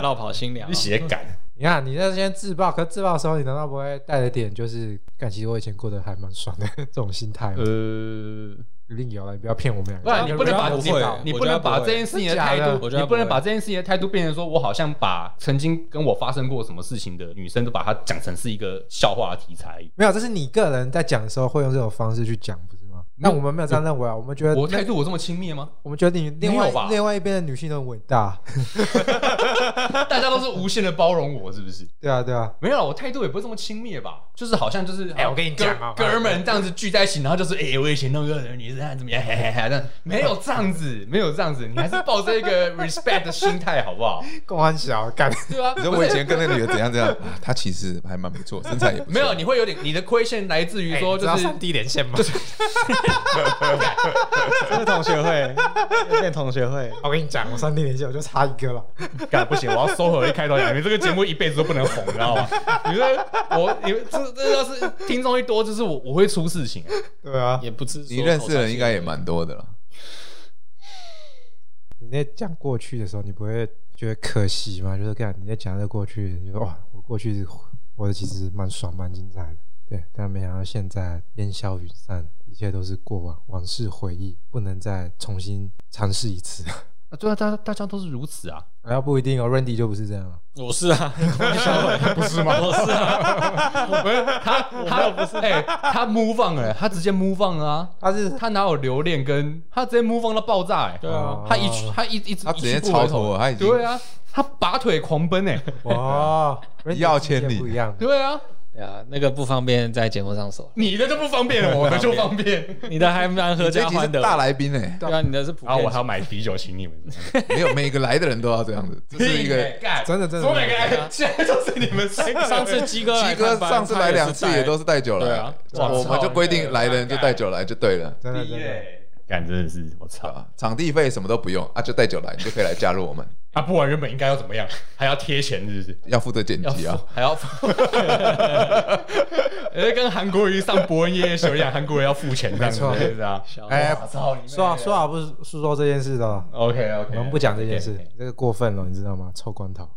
Speaker 2: 绕跑新娘、
Speaker 4: 你写感，
Speaker 1: 你看，你在先自爆，可自爆的时候，你难道不会带着点就是，感其实我以前过得还蛮爽的 这种心态吗？
Speaker 4: 呃。
Speaker 1: 一定有了，你不要骗我们两
Speaker 4: 不
Speaker 1: 个。
Speaker 4: 然你不能把
Speaker 2: 我
Speaker 4: 你
Speaker 2: 觉得不会
Speaker 4: 你
Speaker 2: 我
Speaker 4: 不
Speaker 2: 觉得
Speaker 4: 能把
Speaker 2: 不会
Speaker 4: 这件事情的态
Speaker 1: 真假的
Speaker 4: 度，
Speaker 2: 我觉
Speaker 4: 你
Speaker 2: 得
Speaker 4: 不能
Speaker 2: 不会
Speaker 4: 把这件事情的态度变成说，我好像把曾经跟我发生过什么事情的女生都把它讲成是一个笑话的题材。
Speaker 1: 没有，这是你个人在讲的时候会用这种方式去讲，不是吗？那我们没有这样认为啊，我们觉得
Speaker 4: 我态度我这么轻蔑 吗？
Speaker 1: 我们觉得你另
Speaker 4: 没
Speaker 1: 外
Speaker 4: 有吧
Speaker 1: 另外一边的女性都很伟大，
Speaker 4: 大家都是无限的包容我，是不是？
Speaker 1: 对啊对啊，
Speaker 4: 没有啦，我态度也不会这么轻蔑吧？就是好像就是，
Speaker 1: 哎我跟你讲啊
Speaker 4: 哥哥们这样子聚在一起，然后就是，哎、我以前那个女生啊怎么样，嘿嘿嘿，但没有这样子，没有这样子，你还是抱着一 个 respect 的心态，好不好？
Speaker 1: 够欢小干。
Speaker 4: 对吧、
Speaker 3: 你说我以前跟那个女的怎样怎样，啊她其实还蛮不错，身材也不错
Speaker 4: 没有，你会有点你的亏欠来自于
Speaker 1: 哎
Speaker 4: 说，就是、
Speaker 1: D 连线吗？
Speaker 2: 这是同学会，这变同学会，
Speaker 1: 我跟你讲，我三 D 连线我就差一个了。
Speaker 4: 干不行，我要收回一开头讲，你这个节目一辈子都不能红，你知 道吗？你说我，你这这要是听众一多，就是我我会出事情。
Speaker 1: 对啊，
Speaker 2: 也不是
Speaker 3: 你认识的人应该也蛮多的了。
Speaker 1: 你在讲过去的时候，你不会觉得可惜吗？就是看你在讲这过去，你就说哇，我过去我的其实蛮爽蛮精彩的。对，但没想到现在烟消云散，一切都是过往往事回忆，不能再重新尝试一次。
Speaker 4: 啊，对啊，大家大家都是如此啊。
Speaker 1: 然后不一定哦，Randy 就不是这样了。
Speaker 2: 我是啊，
Speaker 3: 不是吗？
Speaker 2: 我是啊，
Speaker 4: 不是他，他不是，哎、他 move on 了、他直接 move on 了啊，
Speaker 1: 他是
Speaker 4: 他哪有留恋跟他直接 move on 到爆炸、哎、
Speaker 2: 对啊，
Speaker 4: 他一去他一一直
Speaker 3: 他直接
Speaker 4: 一去不回
Speaker 3: 超脱了他已经
Speaker 4: 对啊，他拔腿狂奔哎、
Speaker 1: 哦哇，
Speaker 3: 一药千里
Speaker 1: 不一样。
Speaker 4: 对啊，
Speaker 2: 对啊，那个不方便在节目上说，
Speaker 4: 你的就不方便了，我的就方 便。
Speaker 2: 你的还蛮合
Speaker 3: 这一
Speaker 2: 家
Speaker 3: 集是
Speaker 2: 欢的，
Speaker 3: 大来宾哎，
Speaker 2: 对啊，你的是普
Speaker 4: 然后我
Speaker 2: 遍
Speaker 4: 还要买啤酒请你们，
Speaker 3: 没有每个来的人都要这样子，这是一个。
Speaker 4: 干
Speaker 1: 真的真的
Speaker 4: 怎么每个人现在都是你们三个人
Speaker 2: 上次 鸡哥
Speaker 3: 鸡
Speaker 2: 来
Speaker 3: 哥
Speaker 2: 看班
Speaker 3: 上次来两次也都是带酒
Speaker 2: 对
Speaker 3: 来
Speaker 2: 啊，
Speaker 3: 我我们就规定来的人就带酒来就对了，
Speaker 1: 真
Speaker 4: 啊
Speaker 1: 的真的，
Speaker 4: 耶干真的是我操
Speaker 3: 啊，场地费什么都不用啊，就带酒来，你就可以来加入我们，
Speaker 4: 啊！不然原本应该要怎么样，还要贴钱是不是？
Speaker 3: 要负责剪辑啊，
Speaker 4: 还要付， 呃，跟韩国瑜上伯恩夜夜秀一样，韩国人要付钱这样子，
Speaker 1: 没错
Speaker 4: 是啊。
Speaker 2: 小
Speaker 1: 哎
Speaker 4: 我操，你
Speaker 1: 说好说好不是是说这件事的哦，
Speaker 4: OK OK，
Speaker 1: 我们不讲这件事，这个过分了，你知道吗？臭光头。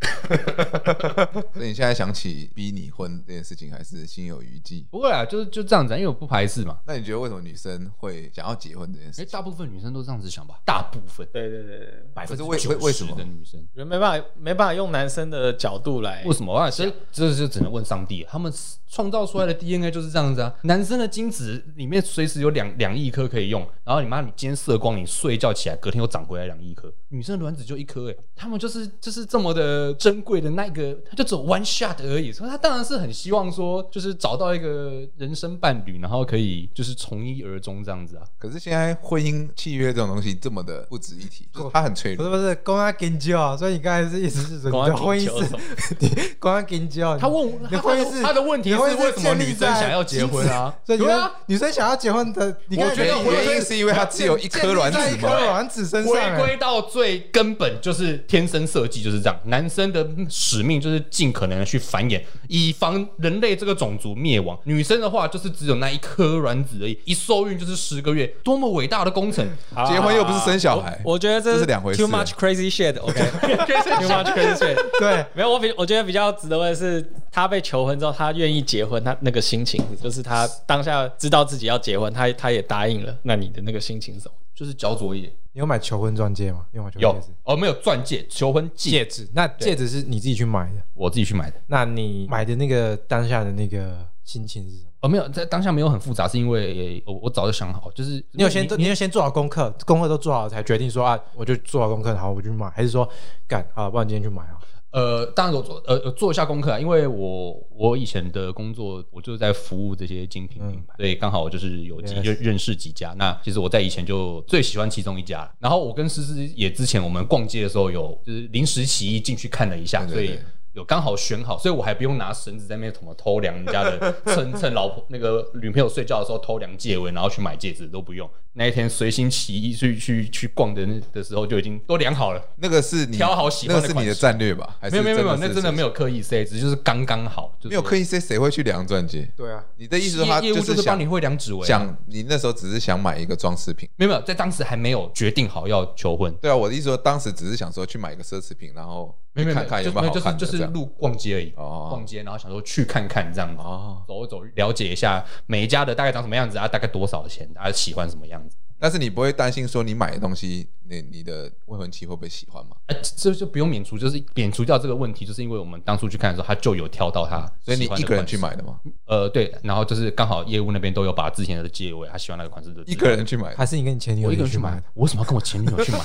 Speaker 3: 所以你现在想起逼你婚这件事情，还是心有余悸？
Speaker 4: 不会啊，就是就这样子啊，因为我不排斥嘛。
Speaker 3: 那你觉得为什么女生会想要结婚这件
Speaker 4: 因
Speaker 3: 事
Speaker 4: 为
Speaker 3: 情？
Speaker 4: 大部分女生都这样子想吧，大部分
Speaker 2: 对对对对对，
Speaker 4: 百分之
Speaker 3: 为
Speaker 4: 九
Speaker 3: 为为什
Speaker 4: 十
Speaker 3: 么
Speaker 4: 的女生。
Speaker 2: 人没办法没办法用男生的角度来
Speaker 4: 为，什么啊？所以这就只能问上帝，他们创造出来的 DNA 就是这样子啊。男生的精子里面随时有两两亿颗可以用，然后你妈你今天射光，你睡一觉起来，隔天又长回来两亿颗。女生的卵子就一颗哎、他们就是就是这么的珍贵的那一个，他就只有 one shot 而已，所以他当然是很希望说，就是找到一个人生伴侣，然后可以就是从一而终这样子啊。
Speaker 3: 可是现在婚姻契约这种东西这么的不值一提，就是它很脆
Speaker 1: 不
Speaker 3: 弱
Speaker 1: 是。不是，公安跟教，所以你刚才是意思是说你的婚姻
Speaker 2: 公安
Speaker 1: 是，你 公安跟教，
Speaker 4: 他问我
Speaker 1: 你
Speaker 4: 他
Speaker 1: 的婚姻
Speaker 4: 他
Speaker 1: 是
Speaker 4: 他的问题
Speaker 1: 你
Speaker 4: 是
Speaker 1: 的婚姻
Speaker 4: 为什么
Speaker 1: 建立
Speaker 4: 女生
Speaker 1: 在
Speaker 4: 想要结婚啊
Speaker 1: 所以你
Speaker 4: 对
Speaker 1: 看
Speaker 4: 啊
Speaker 1: 女生想要结婚的，你看
Speaker 4: 我觉得
Speaker 1: 原因
Speaker 4: 我
Speaker 3: 原因是因为它只有一颗卵子
Speaker 1: 建立在一颗
Speaker 3: 嘛。
Speaker 1: 卵子身上
Speaker 4: 回
Speaker 1: 欸，
Speaker 4: 归到最根本，就是天生设计就是这样。男生的使命就是尽可能的去繁衍，以防人类这个种族灭亡。女生的话就是只有那一颗卵子而已，一受孕就是十个月，多么伟大的工程！
Speaker 1: 嗯
Speaker 3: 结婚又不是生小孩，
Speaker 2: 我觉得这
Speaker 3: 这是两回事
Speaker 2: Too much crazy shit，OK，Too much crazy shit。
Speaker 1: 对，
Speaker 2: 没有，我比我觉得比较值得问的是，他被求婚之后，他愿意结婚，他那个心情，就是他当下知道自己要结婚，他他也答应了。那你的那个心情是什么？
Speaker 4: 就是焦灼夜
Speaker 1: 你有买求婚钻戒吗？你有买求
Speaker 4: 有
Speaker 1: 婚戒指？
Speaker 4: 哦，没有钻戒，求婚戒，
Speaker 1: 戒指，那戒指是你自己去买的，
Speaker 4: 我自己去买的。
Speaker 1: 那你买的那个当下的那个心情是什么？
Speaker 4: 哦，没有，在当下没有很复杂，是因为呃我我早就想好，就是
Speaker 1: 你有先做，你有先做好功课，功课都做好了才决定说啊，我就做好功课，好我就去买，还是说干啊，不然今天去买啊？
Speaker 4: 呃，当然我做呃呃做一下功课啊，因为我我以前的工作我就是在服务这些精品品牌，
Speaker 3: 嗯
Speaker 4: 所以刚好我就是有几
Speaker 1: Yes
Speaker 4: 认认识几家。那其实我在以前就最喜欢其中一家了。然后我跟思思也之前我们逛街的时候有就是临时起意进去看了一下，
Speaker 3: 对对
Speaker 4: 所以
Speaker 3: 对。
Speaker 4: 有刚好选好，所以我还不用拿绳子在那边什么偷量人 家的，趁趁老婆那个女朋友睡觉的时候偷量戒围，然后去买戒指都不用。那一天随心起意去去去逛的那的时候就已经都量好了，
Speaker 3: 那个是你
Speaker 4: 挑好喜欢
Speaker 3: 那个
Speaker 4: 的
Speaker 3: 是你
Speaker 4: 款
Speaker 3: 的
Speaker 4: 式
Speaker 3: 战略吧？还是
Speaker 4: 没有没有没有，
Speaker 3: 是
Speaker 4: 那真的没有刻意塞，只是就是刚刚好，就是
Speaker 3: 没有刻意塞，谁会去量钻戒？
Speaker 1: 对啊，
Speaker 3: 你的意思说
Speaker 4: 业
Speaker 3: 他
Speaker 4: 业务
Speaker 3: 是
Speaker 4: 是帮
Speaker 3: 想
Speaker 4: 你会量指纹啊，
Speaker 3: 想你那时候只是想买一个装饰品。
Speaker 4: 没有没有，在当时还没有决定好要求婚，
Speaker 3: 对啊，我的意思说，当时只是想说去买一个奢侈品，然后
Speaker 4: 没
Speaker 3: 去
Speaker 4: 有没有
Speaker 3: 看看有
Speaker 4: 没
Speaker 3: 没有好
Speaker 4: 有就
Speaker 3: 看
Speaker 4: 是
Speaker 3: 的这
Speaker 4: 就是
Speaker 3: 样。
Speaker 4: 路逛街而已，
Speaker 3: 哦
Speaker 4: 逛街然后想说去看看这样子，
Speaker 3: 哦，
Speaker 4: 走一走了解一下每一家的大概长什么样子啊，大概多少钱，大家喜欢什么样子，
Speaker 3: 但是你不会担心说你买的东西，你你的未婚妻会不会喜欢吗？
Speaker 4: 啊，这这就不用免除，就是免除掉这个问题，就是因为我们当初去看的时候，他就有挑到他，
Speaker 3: 所以你一个人去，买的吗？
Speaker 4: 呃对，然后就是刚好业务那边都有把之前的戒尾，他喜欢那个款式的，
Speaker 3: 一个人去买 的，
Speaker 1: 还是你跟你前女友
Speaker 4: 我一个
Speaker 1: 起
Speaker 4: 人去
Speaker 1: 去
Speaker 4: 买
Speaker 1: 的
Speaker 4: 的，我为什么要跟我前女友去买？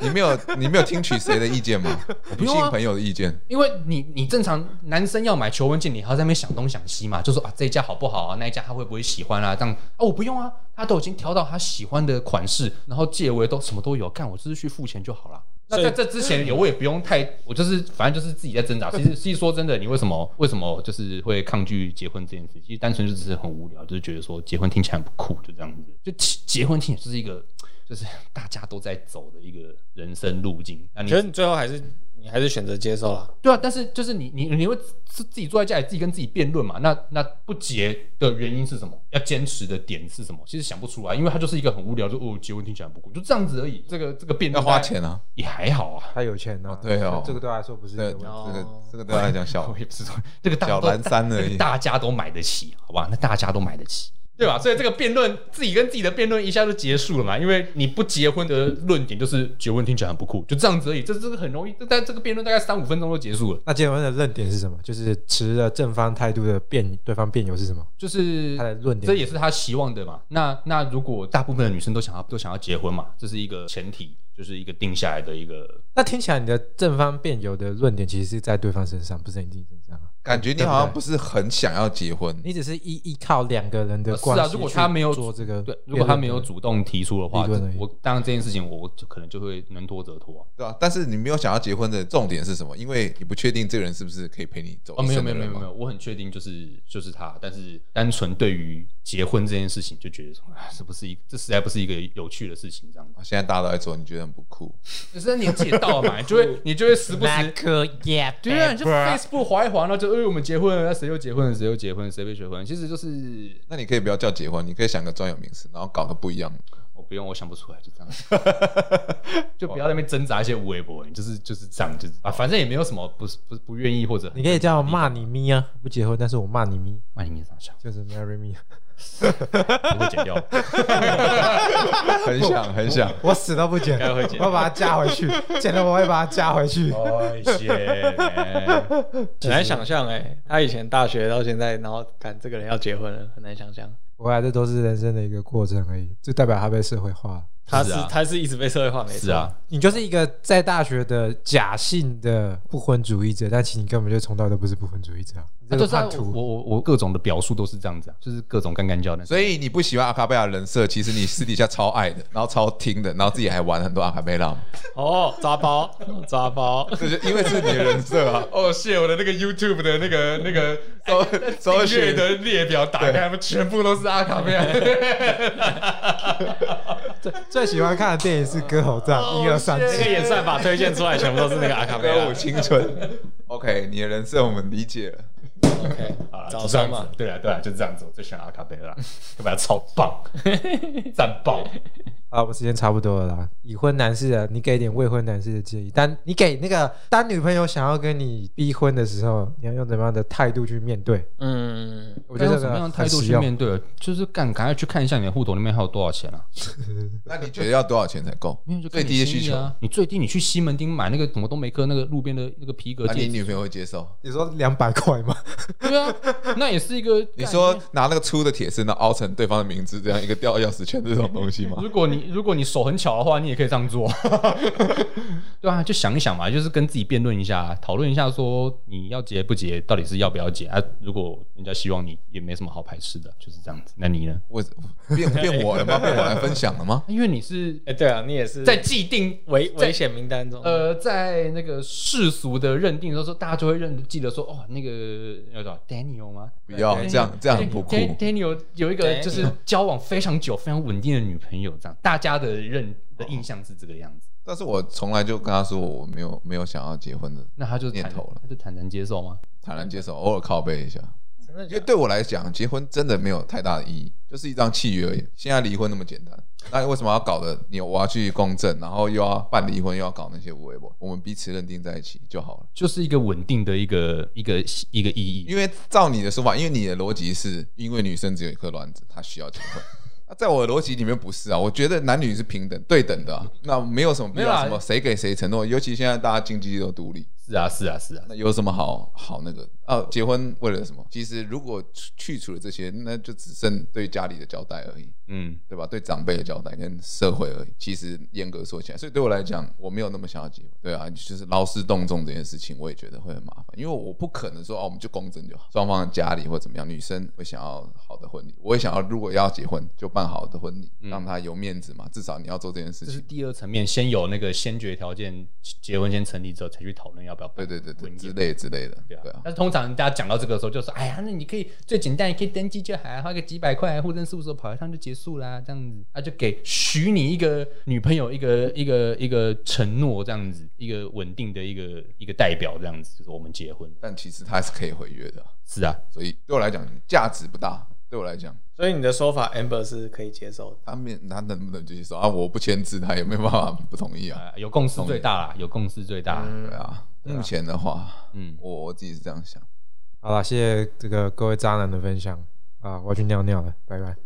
Speaker 3: 你没有你没有听取谁的意见吗？女
Speaker 4: 不用啊
Speaker 3: 性朋友的意见。
Speaker 4: 因为你你正常男生要买求婚戒，你还要在那边想东想西嘛，就说啊这一家好不好啊，那一家他会不会喜欢啊？这样啊我不用啊，他都已经挑到他喜欢的款式，然后戒围都什么都有，干我就是去付钱就好了。那
Speaker 2: 所以
Speaker 4: 在这之前，我也不用太，我就是反正就是自己在挣扎。其实，其实说真的，你为什么为什么就是会抗拒结婚这件事？其实单纯就只是很无聊，就是觉得说结婚听起来很不酷，就这样子。就其结婚听起来就是一个，就是大家都在走的一个人生路径。那你
Speaker 2: 觉得你最后还是你还是选择接受了。
Speaker 4: 对啊，但是就是你你你会自自己坐在家里自己跟自己辩论嘛？那那不结的原因是什么？要坚持的点是什么？其实想不出来，因为它就是一个很无聊，就哦结婚听起来很不酷，就这样子而已。这个这个辩
Speaker 3: 要
Speaker 4: 论
Speaker 3: 花钱啊！
Speaker 4: 也还好啊，
Speaker 1: 他有钱呢、啊
Speaker 3: 哦对哦
Speaker 1: 这个对他来说不是一个
Speaker 3: 对，这
Speaker 1: 问题。
Speaker 2: 哦
Speaker 3: 个这个对他来讲小
Speaker 4: 我也不知道这个大
Speaker 3: 小
Speaker 4: 都
Speaker 3: 蓝山而
Speaker 4: 这
Speaker 3: 已
Speaker 4: 个。大家都买得起啊。好吧，那大家都买得起，对吧？所以这个辩论自己跟自己的辩论一下就结束了嘛，因为你不结婚的论点就是结婚听起来很不酷，就这样子而已。这这个很容易，这但这个辩论大概三五分钟就结束了，
Speaker 1: 那结婚的论点是什么？就是持了正方态度的辩对方辩友是什么？
Speaker 4: 就是
Speaker 1: 他的论点
Speaker 4: 这也是他希望的嘛。那那如果大部分的女生都想要都想要结婚嘛，这是一个前提，就是一个定下来的一个
Speaker 1: 那听起来你的正方辩友的论点其实是在对方身上，不是在你自己身上啊。
Speaker 3: 感觉你好像不是很想要结婚，
Speaker 1: 你只是依依靠两个人的
Speaker 4: 是
Speaker 1: 关系去、
Speaker 4: 啊，如果他没有
Speaker 1: 做这个辩论
Speaker 4: 对
Speaker 1: 的，，
Speaker 4: 如果他没有主动提出的话
Speaker 1: 理论而，已
Speaker 4: 我当然这件事情我就可能就会能拖则拖啊。
Speaker 3: 对吧、但是你没有想要结婚的重点是什么？因为你不确定这个人是不是可以陪你走
Speaker 4: 哦，
Speaker 3: 一
Speaker 4: 没有
Speaker 3: 生
Speaker 4: 没
Speaker 3: 的
Speaker 4: 有没
Speaker 3: 人
Speaker 4: 有没
Speaker 3: 嘛。
Speaker 4: 有，我很确定就是就是他，但是单纯对于结婚这件事情就觉得说，哎，这不是一这实在不是一个有趣的事情， 这样子。
Speaker 3: 啊现在大家都在做，你觉得很不酷？
Speaker 4: 就是年纪也到了嘛，你就会你就会时不 时。
Speaker 1: 可耶，
Speaker 4: 对啊，你就 Facebook 划一划，然后就哎、我们结婚了，那谁又结婚了，谁又结婚了，谁被结婚了？其实就是
Speaker 3: 那你可以不要叫结婚，你可以想个专有名词，然后搞个不一 样的。
Speaker 4: 我不用，我想不出来，就这样子， 就不要在那边挣扎一些无微博，就是就是这样，就是啊，反正也没有什么不是不是不愿意或者
Speaker 1: 你可以叫我骂你咪啊，不结婚，但是我骂你咪，
Speaker 4: 万一你咋想，
Speaker 1: 就是 marry me，
Speaker 4: 不会剪 掉，
Speaker 3: 很想很想，
Speaker 1: 我死都不剪，
Speaker 2: 该会剪
Speaker 1: 我要把它加回 去，剪了我会把它加回去。
Speaker 2: 哦
Speaker 4: 哎谢，
Speaker 2: 很难想象哎、他以前大学到现在，然后看这个人要结婚了，很难想象。
Speaker 1: 我来这都是人生的一个过程而已，这代表他被社会化了。
Speaker 2: 他是
Speaker 4: 是啊
Speaker 2: 他是一直被社会化，没错。
Speaker 4: 是啊，，
Speaker 1: 你就是一个在大学的假性的不婚主义者，但其实你根本就从到尾都不是不婚主义者啊，你这
Speaker 4: 就
Speaker 1: 个
Speaker 4: 是啊
Speaker 1: 叛
Speaker 4: 我
Speaker 1: 徒。
Speaker 4: 我我各种的表述都是这样子啊，就是各种干干叫的，
Speaker 3: 所以你不喜欢阿卡贝拉人设，其实你私底下超爱的，然后超听的，然后自己还玩很多阿卡贝拉嘛，
Speaker 2: 哦，抓包，抓包。
Speaker 3: 这就因为是你的人设啊。
Speaker 4: 哦，谢我的那个 YouTube 的那个哎那个
Speaker 3: 搜搜寻
Speaker 4: 列表打开，他们全部都是阿卡贝拉，
Speaker 1: 最最喜欢看的电影是《歌喉战》
Speaker 4: Oh，
Speaker 1: 一二三
Speaker 2: 那个
Speaker 1: 季，
Speaker 2: 演算法推荐出来，全部都是那个阿卡贝
Speaker 3: 歌
Speaker 2: 拉
Speaker 3: 舞。哦青春，OK，你的人设我们理解了。
Speaker 2: OK，
Speaker 4: 好了，
Speaker 2: 早
Speaker 4: 就这
Speaker 2: 上
Speaker 4: 样
Speaker 2: 嘛
Speaker 4: 子，，对啊对啊，就这样子，我最喜欢阿卡贝拉，对吧？超 棒，赞爆。
Speaker 1: 啊，我时间差不多了啦。已婚男士的，啊你给点未婚男士的建议，但你给那个当女朋友想要跟你逼婚的时候，你要用怎么样的态度去面对？
Speaker 2: 嗯，
Speaker 1: 我觉得
Speaker 4: 用
Speaker 1: 这
Speaker 4: 什
Speaker 1: 个
Speaker 4: 么样的态
Speaker 1: 很
Speaker 4: 度
Speaker 1: 实
Speaker 4: 去
Speaker 1: 用
Speaker 4: 面对？就是赶赶快去看一下你的户头里面还有多少钱啊？
Speaker 3: 那你觉得要多少钱才够？
Speaker 4: 没有就
Speaker 3: 最
Speaker 4: 跟你
Speaker 3: 低的
Speaker 4: 心
Speaker 3: 需
Speaker 4: 意
Speaker 3: 求，
Speaker 4: 啊！你最低你去西门町买那个什么东梅科那个路边的那个皮革
Speaker 3: 那
Speaker 4: 戒
Speaker 3: 你
Speaker 4: 指，
Speaker 3: 女朋友会接受？
Speaker 1: 你说两百块吗？
Speaker 4: 对啊，那也是一个。
Speaker 3: 你
Speaker 4: 干
Speaker 3: 说拿那个粗的铁丝，然后凹成对方的名字，这样一个吊钥匙圈这种东西 吗？
Speaker 4: 如果你如果你手很巧的话，你也可以这样做， 对啊，就想一想嘛，就是跟自己辩论一下，讨论一下说你要结不结，到底是要不要结啊？如果人家希望你，也没什么好排斥的，就是这样子。那你呢？
Speaker 3: 我变变我了吗？变我来分享了吗？
Speaker 4: 因为你是
Speaker 2: 哎，对啊，你也是
Speaker 4: 呃在既定
Speaker 2: 危
Speaker 4: 在
Speaker 2: 危险名单中。
Speaker 4: 呃，在那个世俗的认定的时候，大家就会认记得说，哦，那个叫什么 Daniel 吗？
Speaker 3: 不要这样，这样很不酷。
Speaker 4: Dan- Daniel 有一个
Speaker 2: Daniel
Speaker 4: 就是交往非常久、非常稳定的女朋友，这样大家的认的印象是这个样子。
Speaker 3: 但是我从来就跟他说，我没有没有想要结婚的
Speaker 4: 那他就坦
Speaker 3: 念头了
Speaker 4: 他就坦然接受吗？
Speaker 3: 坦然接受，偶尔靠背一下。
Speaker 2: 真的
Speaker 3: 因
Speaker 2: 假
Speaker 3: 为
Speaker 2: 的
Speaker 3: 对我来讲，结婚真的没有太大的意义，就是一张契约而已。现在离婚那么简单，那为什么要搞的？你我要去公证，然后又要办离婚，又要搞那些无为不，我们彼此认定在一起就好了。
Speaker 4: 就是一个稳定的一个一个一个意义。
Speaker 3: 因为照你的说法，因为你的逻辑是因为女生只有一颗卵子，她需要结 婚。那在我的逻辑里面不是啊，我觉得男女是平等对等的、啊，那没有什么必
Speaker 4: 没有
Speaker 3: 要
Speaker 4: 啊
Speaker 3: 什么谁给谁承诺，尤其现在大家经济都独立，
Speaker 4: 是啊，是啊，是啊。
Speaker 3: 那有什么好好那个啊？结婚为了什么？其实如果去去除了这些，那就只剩对家里的交代而已，
Speaker 4: 嗯，
Speaker 3: 对吧？对长辈的交代跟社会而已。其实严格说起来，所以对我来讲，我没有那么想要结婚。对啊，就是劳师动众这件事情，我也觉得会很麻烦，因为我不可能说哦，我们就公证就好，双方的家里或怎么样，女生会想要好的婚礼，我也想要，如果要结婚就办好的婚礼，让她有面子嘛，至少你要做这件事
Speaker 4: 嗯这是
Speaker 3: 情。
Speaker 4: 第二层面，先有那个先决条件，结婚先成立之后，才去讨论要不要
Speaker 3: 对
Speaker 4: 办
Speaker 3: 对对对，
Speaker 4: 婚
Speaker 3: 之
Speaker 4: 宴。
Speaker 3: 类之类的，
Speaker 4: 对
Speaker 3: 对啊
Speaker 4: 啊，。但是通常大家讲到这个时候，就说：“哎呀，那你可以最简单，你可以登记就好，花个几百块，户政事务所跑一趟就结束啦，这样子。”啊，就给许你一个女朋友一个一个一个承诺，这样子，一个稳定的一个一个代表，这样子，就是我们结婚。
Speaker 3: 但其实她是可以毁约的啊、
Speaker 4: 是啊，
Speaker 3: 所以对我来讲价值不大。对我来讲，
Speaker 2: 所以你的说法，Amber 是可以接受的。
Speaker 3: 他面他能不能接受啊？我不签字，他也没有办法不同意啊。
Speaker 4: 啊，有共识最大啦，有共识最大。
Speaker 3: 对啊，目前的话，
Speaker 4: 嗯，
Speaker 3: 我我自己是这样想。
Speaker 1: 好了，谢谢这个各位渣男的分享。啊，我要去尿尿了，拜拜。